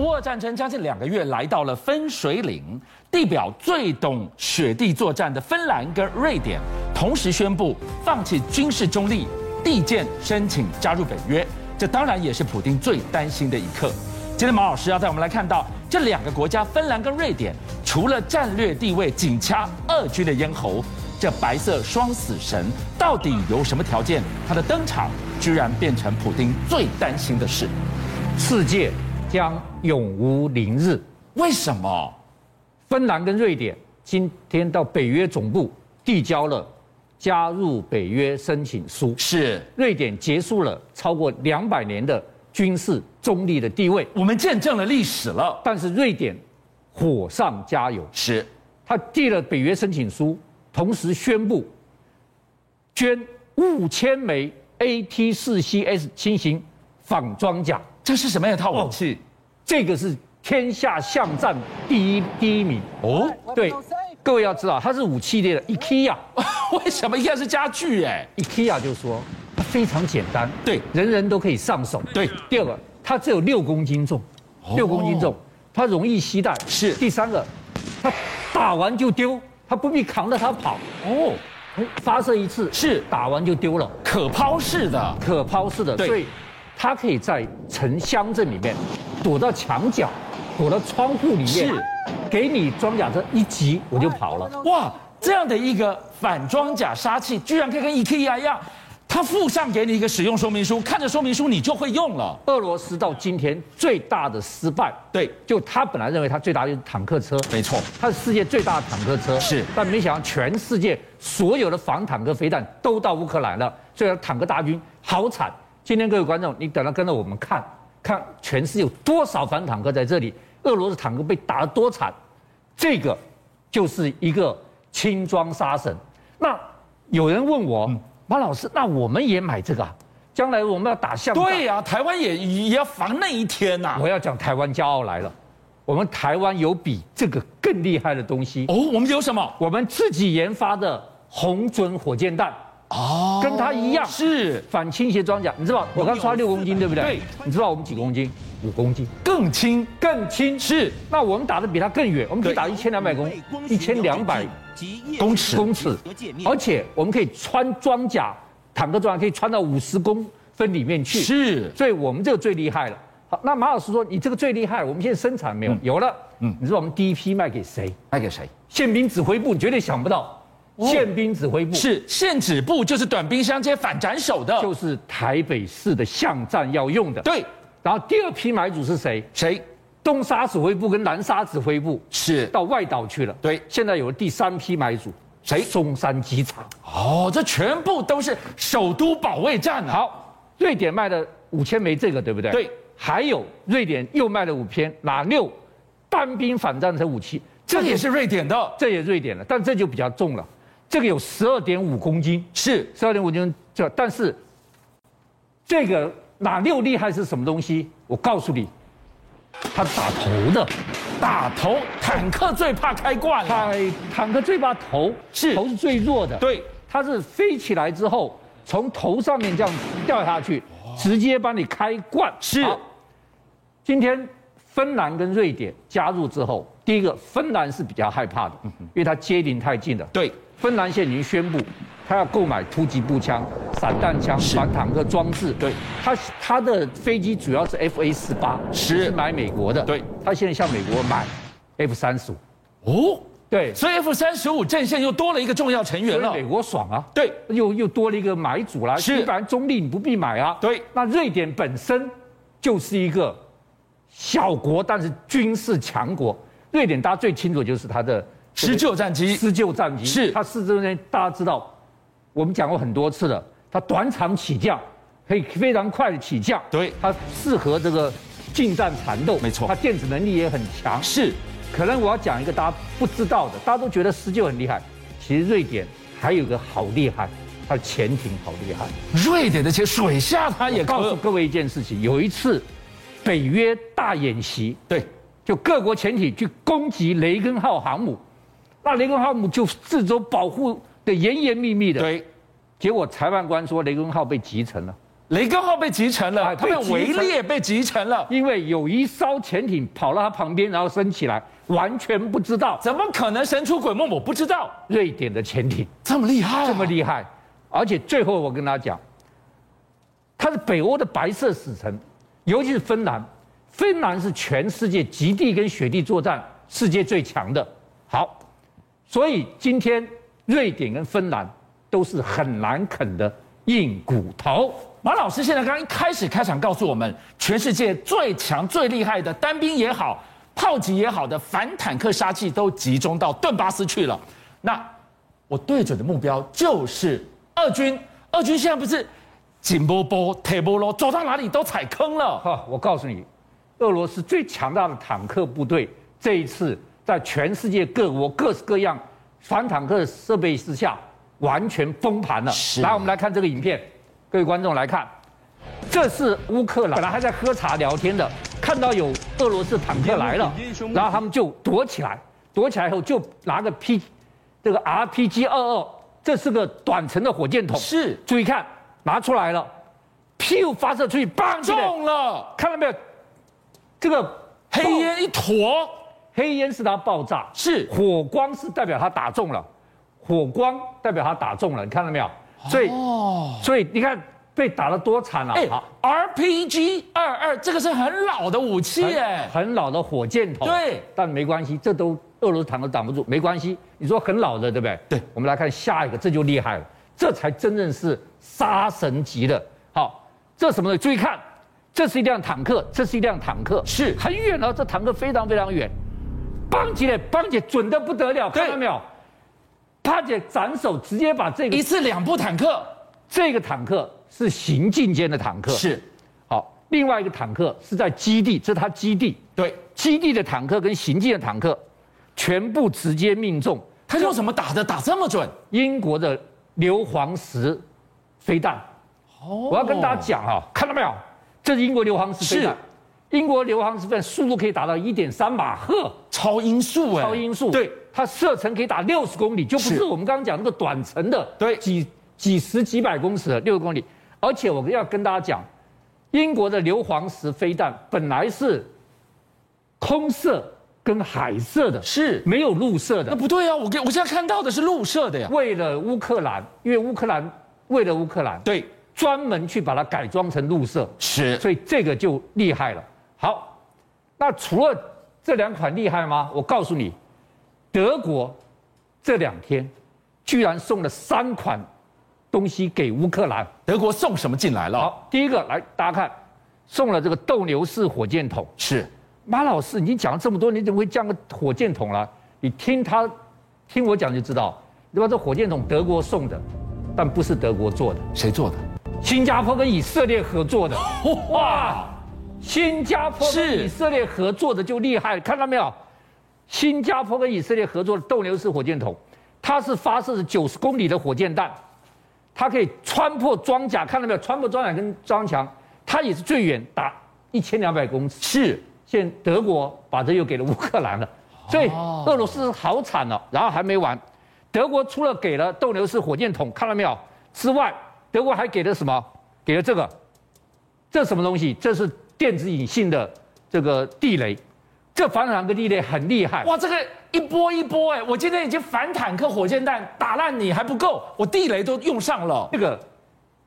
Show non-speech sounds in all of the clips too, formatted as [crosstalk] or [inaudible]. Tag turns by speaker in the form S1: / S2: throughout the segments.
S1: 乌俄战争将近两个月，来到了分水岭。地表最懂雪地作战的芬兰跟瑞典，同时宣布放弃军事中立，递减申请加入北约。这当然也是普京最担心的一刻。今天马老师要带我们来看到这两个国家，芬兰跟瑞典，除了战略地位紧掐俄军的咽喉，这白色双死神到底有什么条件？它的登场居然变成普京最担心的事。
S2: 世界将永无宁日。
S1: 为什么？
S2: 芬兰跟瑞典今天到北约总部递交了加入北约申请书。
S1: 是
S2: 瑞典结束了超过两百年的军事中立的地位，
S1: 我们见证了历史了。
S2: 但是瑞典火上加油，
S1: 是
S2: 他递了北约申请书，同时宣布捐五千枚 AT 四 CS 轻型仿装甲。
S1: 这是什么样的套武器？
S2: 这个是天下巷战第一第一名。
S1: 哦，
S2: 对，各位要知道，它是武器类的 IKEA，IKEA
S1: [laughs] 为什么应该是家具？哎，
S2: 就说它非常简单，
S1: 对
S2: 人人都可以上手。
S1: 对哦
S2: 第二个，它只有六公斤重，六公斤重，它容易携带。
S1: 是
S2: 第三个，它打完就丢，它不必扛着它跑，哎
S1: 哦，
S2: 发射一次
S1: 是
S2: 打完就丢了，
S1: 可抛式的，
S2: 可抛式的，
S1: 对
S2: 所以它可以在城乡镇里面躲到墙角，躲到窗户里面，
S1: 是
S2: 给你装甲车一击我就跑了。
S1: 哇，这样的一个反装甲杀器，居然可以跟 IKEA 一样，它附上给你一个使用说明书，看着说明书你就会用了。
S2: 俄罗斯到今天最大的失败，
S1: 对，
S2: 就他本来认为他最大就是坦克车，
S1: 没错，
S2: 他是世界最大的坦克车，
S1: 是
S2: 但没想到全世界所有的反坦克飞弹都到乌克兰了，所以坦克大军好惨。今天各位观众，你等到跟着我们看看全世界有多少反坦克在这里，俄罗斯坦克被打得多惨，这个就是一个轻装杀神。那有人问我，
S1: 嗯
S2: 马老师，那我们也买这个、啊？将来我们要打巷战，
S1: 对呀、台湾也也要防那一天呐、
S2: 我要讲台湾骄傲来了，我们台湾有比这个更厉害的东西，
S1: 哦，我们有什么？
S2: 我们自己研发的红准火箭弹，
S1: 哦，
S2: 跟它一样
S1: 是
S2: 反倾斜装甲。你知道我刚说六公斤对不对？
S1: 对。
S2: 你知道我们几公斤？五公斤，
S1: 更轻，
S2: 更轻。
S1: 是
S2: 那我们打的比它更远，我们可以
S1: 对
S2: 打一千两百公一
S3: 一
S2: 千
S3: 千
S2: 两
S3: 两
S2: 百
S3: 百
S1: 公尺
S2: 公尺，而且我们可以穿装甲，坦克装甲可以穿到五十公分里面去。
S1: 是
S2: 所以我们这个最厉害了。好，那马老师说你这个最厉害，我们现在生产没有？有了。嗯，你知道我们第一批卖给谁？
S1: 卖给谁？
S2: 宪兵指挥部，你绝对想不到，宪兵指挥部
S1: 哦是限指部，就是短兵相接反斩首的，
S2: 就是台北市的巷战要用的。，
S1: 对，
S2: 然后第二批买主是谁？
S1: 谁
S2: 东沙指挥部跟南沙指挥部
S1: 是
S2: 到外岛去了。
S1: 对
S2: 现在有了第三批买主，
S1: 谁
S2: 松山机场。
S1: 哦，这全部都是首都保卫战啊！
S2: 好，瑞典卖了五千枚这个，对不对？
S1: 对。
S2: 还有瑞典又卖了五千哪六单兵反战车武器，
S1: 这
S2: 个
S1: 也是瑞典的，
S2: 这也瑞典了，但这就比较重了，这个有十二点五公斤。
S1: 是
S2: 十二点五斤这，但是这个哪六厉害是什么东西？我告诉你，它打头的，
S1: 打头坦克最怕开挂了，
S2: 坦坦克最怕头，
S1: 是
S2: 头是最弱的。
S1: 对，
S2: 它是飞起来之后，从头上面这样掉下去，直接把你开灌。
S1: 是
S2: 好今天芬兰跟瑞典加入之后，第一个芬兰是比较害怕的，因为它接邻太近了。
S1: 对，
S2: 芬兰现在已经宣布，他要购买突击步枪、散弹枪、
S1: 是
S2: 反坦克装置。
S1: 对，
S2: 他他的飞机主要是 F A 四八，
S1: 是
S2: 是买美国的。
S1: 对，
S2: 他现在向美国买 F 三十五。
S1: 哦，
S2: 对，
S1: 所以 F 三十五阵线又多了一个重要成员
S2: 所以
S1: 了
S2: 美，国爽啊。
S1: 对，
S2: 又又多了一个买主啦。
S1: 是
S2: 不然中立你不必买啊。
S1: 对
S2: 那瑞典本身就是一个小国，但是军事强国。瑞典大家最清楚就是它的
S1: 持久战机
S2: 施救战机
S1: 是
S2: 它四周呢，大家知道，我们讲过很多次了，它短场起降，可以非常快的起降，
S1: 对
S2: 它适合这个近战缠斗，
S1: 没错
S2: 它电子能力也很强。
S1: 是
S2: 可能我要讲一个大家不知道的，大家都觉得施救很厉害，其实瑞典还有一个好厉害，它的潜艇好厉害。
S1: 瑞典的钱水下它也
S2: 也告诉
S1: 可
S2: 各位一件事情，有一次北约大演习，
S1: 对，
S2: 就各国潜艇去攻击雷根号航母，那雷根号母就四周保护的严严密密的。
S1: 对，
S2: 结果裁判官说雷根号被击沉了，
S1: 雷根号被啊击沉了，
S2: 哎
S1: 他
S2: 被
S1: 们
S2: 击沉
S1: 围猎被击沉了，
S2: 因为有一艘潜艇跑到他旁边，然后升起来，完全不知道
S1: 怎么可能神出鬼没？我不知道，
S2: 瑞典的潜艇
S1: 这么厉害、啊
S2: 这么，厉害。而且最后我跟大家讲，它是北欧的白色死城，尤其是芬兰，芬兰是全世界极地跟雪地作战世界最强的。好，所以今天瑞典跟芬兰都是很难啃的硬骨头。
S1: 马老师现在刚一开始开场告诉我们，全世界最强、最厉害的单兵也好，炮击也好的反坦克杀器都集中到顿巴斯去了。那我对准的目标就是俄军，俄军现在不是紧波波、铁波罗，走到哪里都踩坑了。
S2: 哈，我告诉你，俄罗斯最强大的坦克部队这一次在全世界各国各式各样反坦克设备之下完全崩盘了。
S1: 是
S2: 来，我们来看这个影片，各位观众来看，这是乌克兰本来还在喝茶聊天的，看到有俄罗斯坦克来了，然后他们就躲起来，躲起来以后就拿个 P 这个 RPG 二二，这是个短程的火箭筒，
S1: 是
S2: 注意看，拿出来了，屁股发射出去，砰！对不对
S1: 中了，
S2: 看到没有？这个
S1: 黑
S2: 爆
S1: 烟一坨，
S2: 黑烟是它爆炸，
S1: 是
S2: 火光是代表它打中了，火光代表它打中了，你看到没有？所以，
S1: 哦，
S2: 所以你看被打得多惨啊！
S1: 哎
S2: 啊
S1: ，RPG 二二这个是很老的武器哎
S2: 很，很老的火箭筒，
S1: 对
S2: 但没关系，这都俄罗斯坦克挡不住，没关系。你说很老的，对不对？
S1: 对，
S2: 我们来看下一个，这就厉害了，这才真正是杀神级的。好，这什么呢？注意看，这是一辆坦克，这是一辆坦克，
S1: 是
S2: 很远哦，这坦克非常非常远，邦杰嘞，邦杰准的不得了，
S1: 对
S2: 看到没有？帕姐斩首，直接把这个
S1: 一次两部坦克
S2: 这个坦克是行进间的坦克，
S1: 是
S2: 好，另外一个坦克是在基地，这是它基地，
S1: 对，
S2: 基地的坦克跟行进的坦克全部直接命中
S1: 他用什么打的？打这么准？
S2: 英国的硫磺石飞弹。
S1: 哦
S2: 我要跟大家，讲哈、看到没有？这是英国硫磺石飞弹。英国硫磺石飞弹速度可以达到一点三马赫，
S1: 超音速哎，
S2: 超音速。
S1: 对，，
S2: 它射程可以打六十公里，就不
S1: 是
S2: 是我们刚刚讲那个短程的，
S1: 对
S2: 几几十几百公尺，六十公里。而且我要跟大家讲，英国的硫磺石飞弹本来是空射跟海射的，
S1: 是
S2: 没有陆射
S1: 那
S2: 的。
S1: 不对啊！我跟我现在看到的是陆射的呀，
S2: 为了乌克兰，因为乌克兰为了乌克兰，
S1: 对，
S2: 专门去把它改装成陆射，
S1: 是
S2: 所以这个就厉害了。好，那除了这两款厉害吗？我告诉你，德国这两天居然送了三款东西给乌克兰。
S1: 德国送什么进来了？
S2: 好，第一个来大家看，送了这个斗牛士火箭筒。
S1: 是
S2: 马老师，你讲了这么多，你怎么会降个火箭筒了？你听他，听我讲就知道，对吧？这火箭筒德国送的，但不是德国做的，
S1: 谁做的？
S2: 新加坡跟以色列合作的。
S1: 哇，
S2: 新加坡
S1: 是
S2: 跟以色列合作的就厉害，看到没有？新加坡跟以色列合作的斗牛式火箭筒，它是发射是九十公里的火箭弹，它可以穿破装甲，看到没有？穿破装甲跟装墙，它也是最远打一千两百公尺。
S1: 是
S2: 现在德国把这又给了乌克兰了，所以
S1: 哦
S2: 俄罗斯好惨了、然后还没完，德国除了给了斗牛士火箭筒，看到没有？之外，德国还给了什么？给了这个，这是什么东西？这是电子引信的这个地雷，这反坦克地雷很厉害。
S1: 哇，这个一波一波哎！我今天已经反坦克火箭弹打烂你还不够，我地雷都用上了。
S2: 这个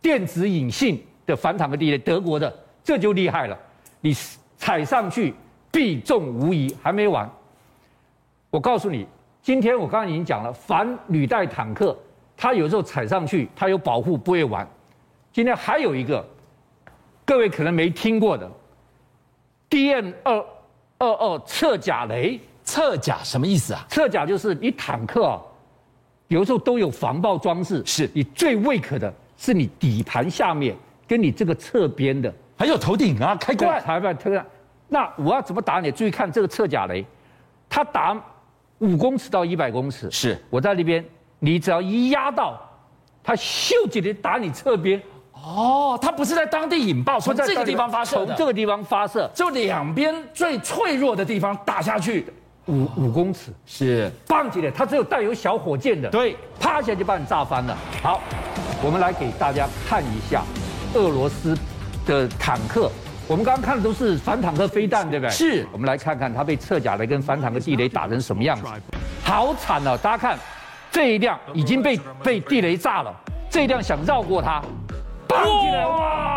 S2: 电子引信的反坦克地雷，德国的这就厉害了，你踩上去必中无疑。还没完，我告诉你，今天我刚刚已经讲了，反履带坦克它有时候踩上去它有保护，不会玩。今天还有一个，各位可能没听过的 DM 二二二侧甲雷。
S1: 侧甲什么意思啊？
S2: 侧甲就是你坦克啊，有时候都有防爆装置，
S1: 是
S2: 你最 weak 的是你底盘下面跟你这个侧边的
S1: 还有头顶啊，开
S2: 对
S1: 关
S2: 裁判特战。那我要怎么打你？注意看这个侧甲雷，它打五公尺到一百公尺，
S1: 是
S2: 我在那边，你只要一压到，它咻几的打你侧边，
S1: 哦，它不是在当地引爆，从
S2: 不在
S1: 这个地方发射的，
S2: 从这个地方发射
S1: 就两边最脆弱的地方打下去。
S2: 五五公尺，
S1: 是
S2: 棒起来，它只有带有小火箭的，
S1: 对，
S2: 啪一下就把你炸翻了。好，我们来给大家看一下俄罗斯的坦克。我们刚刚看的都是反坦克飞弹，对不对？
S1: 是
S2: 我们来看看它被侧甲雷跟反坦克地雷打成什么样子，好惨哦！大家看，这一辆已经被被地雷炸了，这一辆想绕过它，砰进来哇！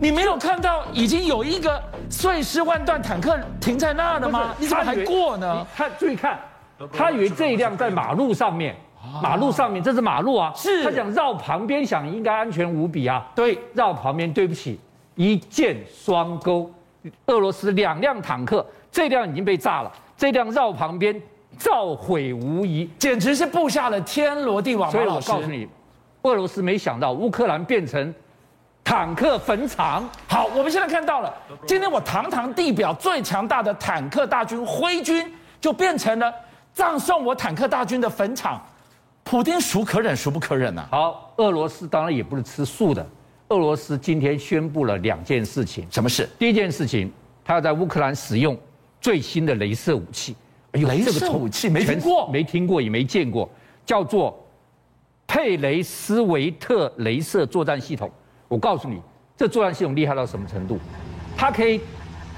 S1: 你没有看到已经有一个碎尸万段坦克停在那儿了吗？你怎么还过呢？？
S2: 他注意看，他以为这一辆在马路上面，
S1: 啊
S2: 马路上面这是马路啊，
S1: 是
S2: 他想绕旁边，想应该安全无比啊。
S1: 对，
S2: 绕旁边，对不起，一箭双钩，俄罗斯两辆坦克，这辆已经被炸了，这辆绕旁边，召毁无疑。
S1: 简直是布下了天罗地网。
S2: 所以
S1: 马
S2: 我
S1: 老师
S2: 告诉，你，俄罗斯没想到乌克兰变成坦克坟场。
S1: 好，我们现在看到了，今天我堂堂地表最强大的坦克大军挥军，就变成了葬送我坦克大军的坟场。普丁孰可忍孰不可忍呐、
S2: 好，俄罗斯当然也不是吃素的。俄罗斯今天宣布了两件事情。
S1: 什么事？
S2: 第一件事情，他要在乌克兰使用最新的镭射武器。哎
S1: 雷
S2: 这个
S1: 射
S2: 从
S1: 武器没听
S2: 全
S1: 过
S2: 没听过也没见过，叫做佩雷斯维特镭射作战系统。我告诉你，这作战系统厉害到什么程度？它可以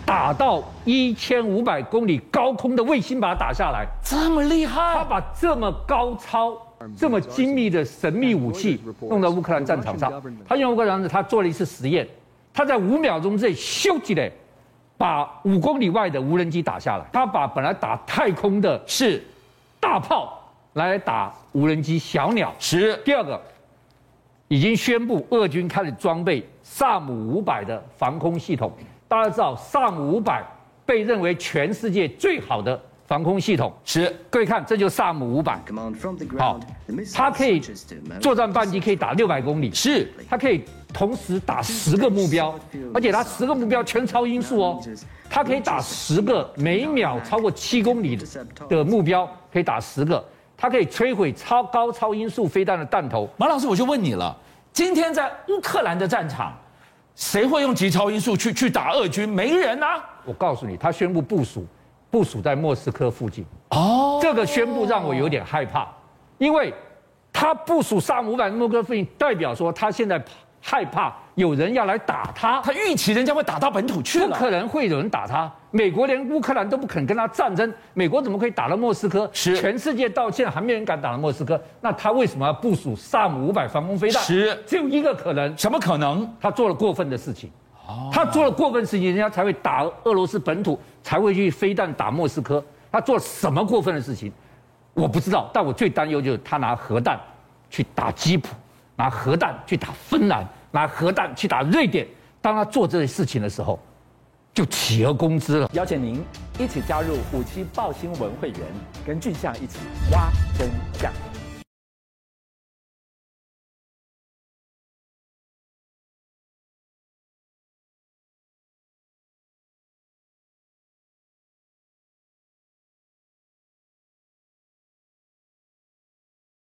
S2: 打到一千五百公里高空的卫星，把它打下来。
S1: 这么厉
S2: 他
S1: 害？
S2: 把这么高超、这么精密的神秘武器弄到乌克兰战场上，他用乌克兰的，他做了一次实验，他在五秒钟之内咻起来，把五公里外的无人机打下来。他把本来打太空的
S1: 是
S2: 大炮来打无人机小鸟。
S1: 是
S2: 第二个，已经宣布俄军开始装备萨姆五百的防空系统。大家知道，萨姆五百被认为全世界最好的防空系统。
S1: 是，
S2: 各位看，这就是萨姆五百。
S3: 好
S2: 好，它
S3: 它可
S2: 可
S3: 以
S2: 以
S3: 做
S2: 作
S3: 战
S2: 战
S3: 半
S2: 半
S3: 机
S2: 机
S3: 可
S2: 可
S3: 以
S2: 以打六百公里，
S1: 是
S2: 它可以同时打十个目标，而且它十个目标全超音速哦，它可以打十个每秒超过七公里的目标，可以打十个，它可以摧毁超高超音速飞弹的弹头。
S1: 马老师，我就问你了，今天在乌克兰的战场，谁会用极超音速去去打俄军？没人啊！
S2: 我告诉你，他宣布部署，部署在莫斯科附近。
S1: 哦，
S2: 这个宣布让我有点害怕，因为他部署萨姆版莫斯科附近，代表说他现在害怕有人要来打他。
S1: 他预期人家会打到本土去
S2: 不
S1: 了。
S2: 可能会有人打他。美国连乌克兰都不肯跟他战争，美国怎么可以打到莫斯科？
S1: 是
S2: 全世界到现在还没人敢打到莫斯科，那他为什么要部署萨姆五百防空飞弹？
S1: 是
S2: 只有一个可能，
S1: 什么可能？
S2: 他做了过分的事情。他做了过分事情，人家才会打俄罗斯本土，才会去飞弹打莫斯科。他做了什么过分的事情？我不知道，但我最担忧就是他拿核弹去打基辅，拿核弹去打芬兰，拿核弹去打瑞典。当他做这些事情的时候，就企鹅工资了。
S4: 邀请您一起加入五七报新闻会员，跟俊相一起挖真相。